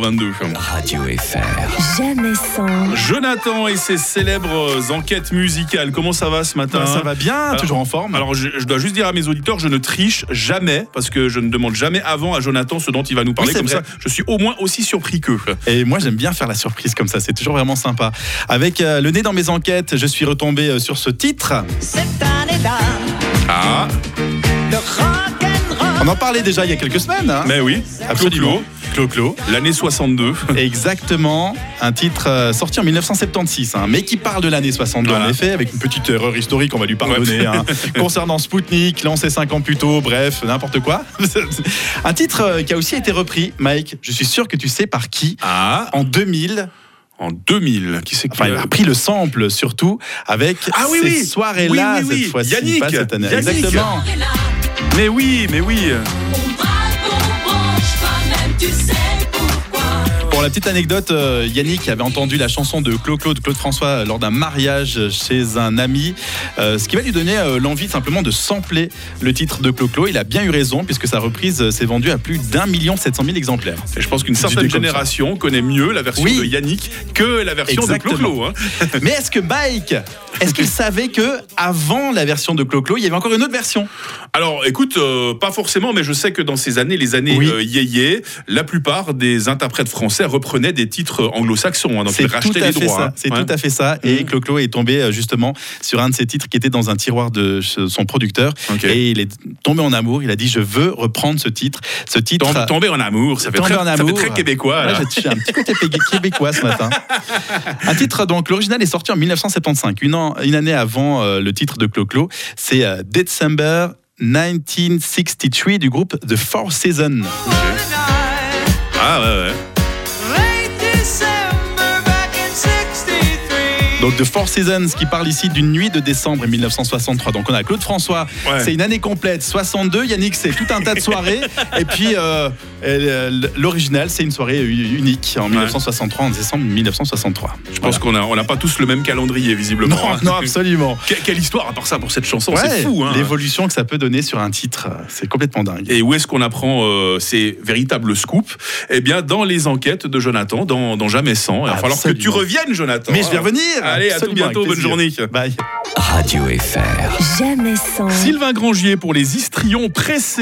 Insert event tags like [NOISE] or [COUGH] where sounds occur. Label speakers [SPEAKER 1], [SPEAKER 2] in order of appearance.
[SPEAKER 1] 22.
[SPEAKER 2] Radio FR.
[SPEAKER 3] Jamais sans,
[SPEAKER 1] Jonathan et ses célèbres enquêtes musicales. Comment ça va ce matin
[SPEAKER 4] Bah, ça va bien,
[SPEAKER 1] Hein. Alors,
[SPEAKER 4] toujours en forme.
[SPEAKER 1] Alors je, je dois juste dire à mes auditeurs, je ne triche jamais parce que je ne demande jamais avant à Jonathan ce dont il va nous parler.
[SPEAKER 4] Oui, c'est
[SPEAKER 1] Comme
[SPEAKER 4] vrai.
[SPEAKER 1] ça, je suis au moins aussi surpris qu'eux.
[SPEAKER 4] Et moi, j'aime bien faire la surprise comme ça, c'est toujours vraiment sympa. Avec euh, le nez dans mes enquêtes, je suis retombé euh, sur ce titre.
[SPEAKER 5] Cette année-là,
[SPEAKER 1] Ah,
[SPEAKER 5] le rock'n'roll.
[SPEAKER 4] On en parlait déjà il y a quelques semaines. hein.
[SPEAKER 1] mais oui,
[SPEAKER 4] Absolument.
[SPEAKER 1] Clo-Clo, l'année
[SPEAKER 4] [LAUGHS]
[SPEAKER 1] 62.
[SPEAKER 4] Exactement, un titre euh, sorti en 1976, hein, mais qui parle de l'année 62
[SPEAKER 1] Voilà.
[SPEAKER 4] en effet, avec une petite erreur historique, on va lui pardonner,
[SPEAKER 1] Ouais. [LAUGHS]
[SPEAKER 4] hein, concernant Spoutnik, lancé 5 ans plus tôt, bref, n'importe quoi. [LAUGHS] un titre euh, qui a aussi été repris, Mike, je suis sûr que tu sais par qui,
[SPEAKER 1] Ah,
[SPEAKER 4] en 2000,
[SPEAKER 1] en 2000. Qui c'est qui
[SPEAKER 4] Enfin, il a pris le sample surtout avec
[SPEAKER 1] Euh, Ah oui,
[SPEAKER 4] ces
[SPEAKER 1] oui.
[SPEAKER 4] soirées-là
[SPEAKER 1] Oui, oui, oui.
[SPEAKER 4] cette fois-ci,
[SPEAKER 1] Yannick.
[SPEAKER 4] pas cette année.
[SPEAKER 1] Yannick.
[SPEAKER 4] Exactement.
[SPEAKER 1] Mais oui, mais oui.
[SPEAKER 4] Pour la petite anecdote, euh, Yannick avait entendu la chanson de Claude Claude Claude François lors d'un mariage euh, chez un ami, euh, ce qui va lui donner euh, l'envie simplement de sampler le titre de Claude Claude. Il a bien eu raison puisque sa reprise euh, s'est vendue à plus d'un million sept cent
[SPEAKER 1] [LAUGHS]
[SPEAKER 4] mille exemplaires.
[SPEAKER 1] Et je pense qu'une
[SPEAKER 4] Tu
[SPEAKER 1] certaine
[SPEAKER 4] dis comme ça.
[SPEAKER 1] génération connaît mieux la version
[SPEAKER 4] Oui.
[SPEAKER 1] de Yannick que la version de
[SPEAKER 4] Exactement.
[SPEAKER 1] Clo-Clo. hein.
[SPEAKER 4] Mais est-ce que Mike, est-ce qu'il savait que avant la version de Claude Claude, il y avait encore une autre version
[SPEAKER 1] Alors, écoute, euh, pas forcément, mais je sais que dans ces années, les années
[SPEAKER 4] Oui.
[SPEAKER 1] euh, yéyé, la plupart des interprètes français reprenaient des titres anglo-saxons, hein, donc ils
[SPEAKER 4] C'est tout
[SPEAKER 1] rachetaient
[SPEAKER 4] à
[SPEAKER 1] les
[SPEAKER 4] fait
[SPEAKER 1] droits.
[SPEAKER 4] ça.
[SPEAKER 1] hein.
[SPEAKER 4] C'est
[SPEAKER 1] Ouais.
[SPEAKER 4] tout à fait ça. Et Clo-Clo est tombé euh, justement sur un de ses titres qui était dans un tiroir de ce- son producteur.
[SPEAKER 1] Ok.
[SPEAKER 4] Et il est tombé en amour. Il a dit Je veux reprendre ce titre. Ce titre.
[SPEAKER 1] Tom- Tomber en amour, ça fait,
[SPEAKER 4] Tomber
[SPEAKER 1] très,
[SPEAKER 4] en
[SPEAKER 1] ça fait
[SPEAKER 4] amour.
[SPEAKER 1] très québécois.
[SPEAKER 4] Ouais,
[SPEAKER 1] là.
[SPEAKER 4] j'ai- j'ai un petit côté pé- québécois ce
[SPEAKER 1] [LAUGHS]
[SPEAKER 4] matin. Un titre, donc, l'original est sorti en 1975, une, an- une année avant euh, le titre de Clo-Clo. C'est euh, December 1963 du groupe The Four Seasons.
[SPEAKER 1] Ah ouais, ouais.
[SPEAKER 5] Late December back in 63.
[SPEAKER 4] Donc The Four Seasons qui parle ici d'une nuit de décembre 1963. Donc on a Claude François,
[SPEAKER 1] Ouais.
[SPEAKER 4] c'est une année complète, 62. Yannick, c'est tout un tas
[SPEAKER 1] [LAUGHS]
[SPEAKER 4] de soirées. et puis euh, elle- l'original, c'est une soirée u- unique en 1963, en décembre 1963.
[SPEAKER 1] Je pense qu'on a- on n'a pas tous le même calendrier, visiblement.
[SPEAKER 4] Non,
[SPEAKER 1] hein.
[SPEAKER 4] non, absolument.
[SPEAKER 1] [LAUGHS] Que- Quelle histoire à part ça pour cette chanson,
[SPEAKER 4] Ouais,
[SPEAKER 1] c'est fou. Hein.
[SPEAKER 4] L'évolution que ça peut donner sur un titre, euh, c'est complètement dingue.
[SPEAKER 1] Et où est-ce qu'on apprend euh, ces véritables scoops Eh bien, dans les enquêtes de Jonathan, dans, dans Jamais Sans. Il va falloir que
[SPEAKER 4] Absolument.
[SPEAKER 1] tu reviennes, Jonathan.
[SPEAKER 4] Mais je vais
[SPEAKER 1] hein.
[SPEAKER 4] revenir.
[SPEAKER 1] Allez, à tout
[SPEAKER 4] absolument,
[SPEAKER 1] bientôt,
[SPEAKER 4] avec
[SPEAKER 1] bonne
[SPEAKER 4] plaisir.
[SPEAKER 1] journée.
[SPEAKER 4] Bye.
[SPEAKER 2] Radio FR.
[SPEAKER 3] jamais sans.
[SPEAKER 1] Sylvain Grangier pour les histrions pressés.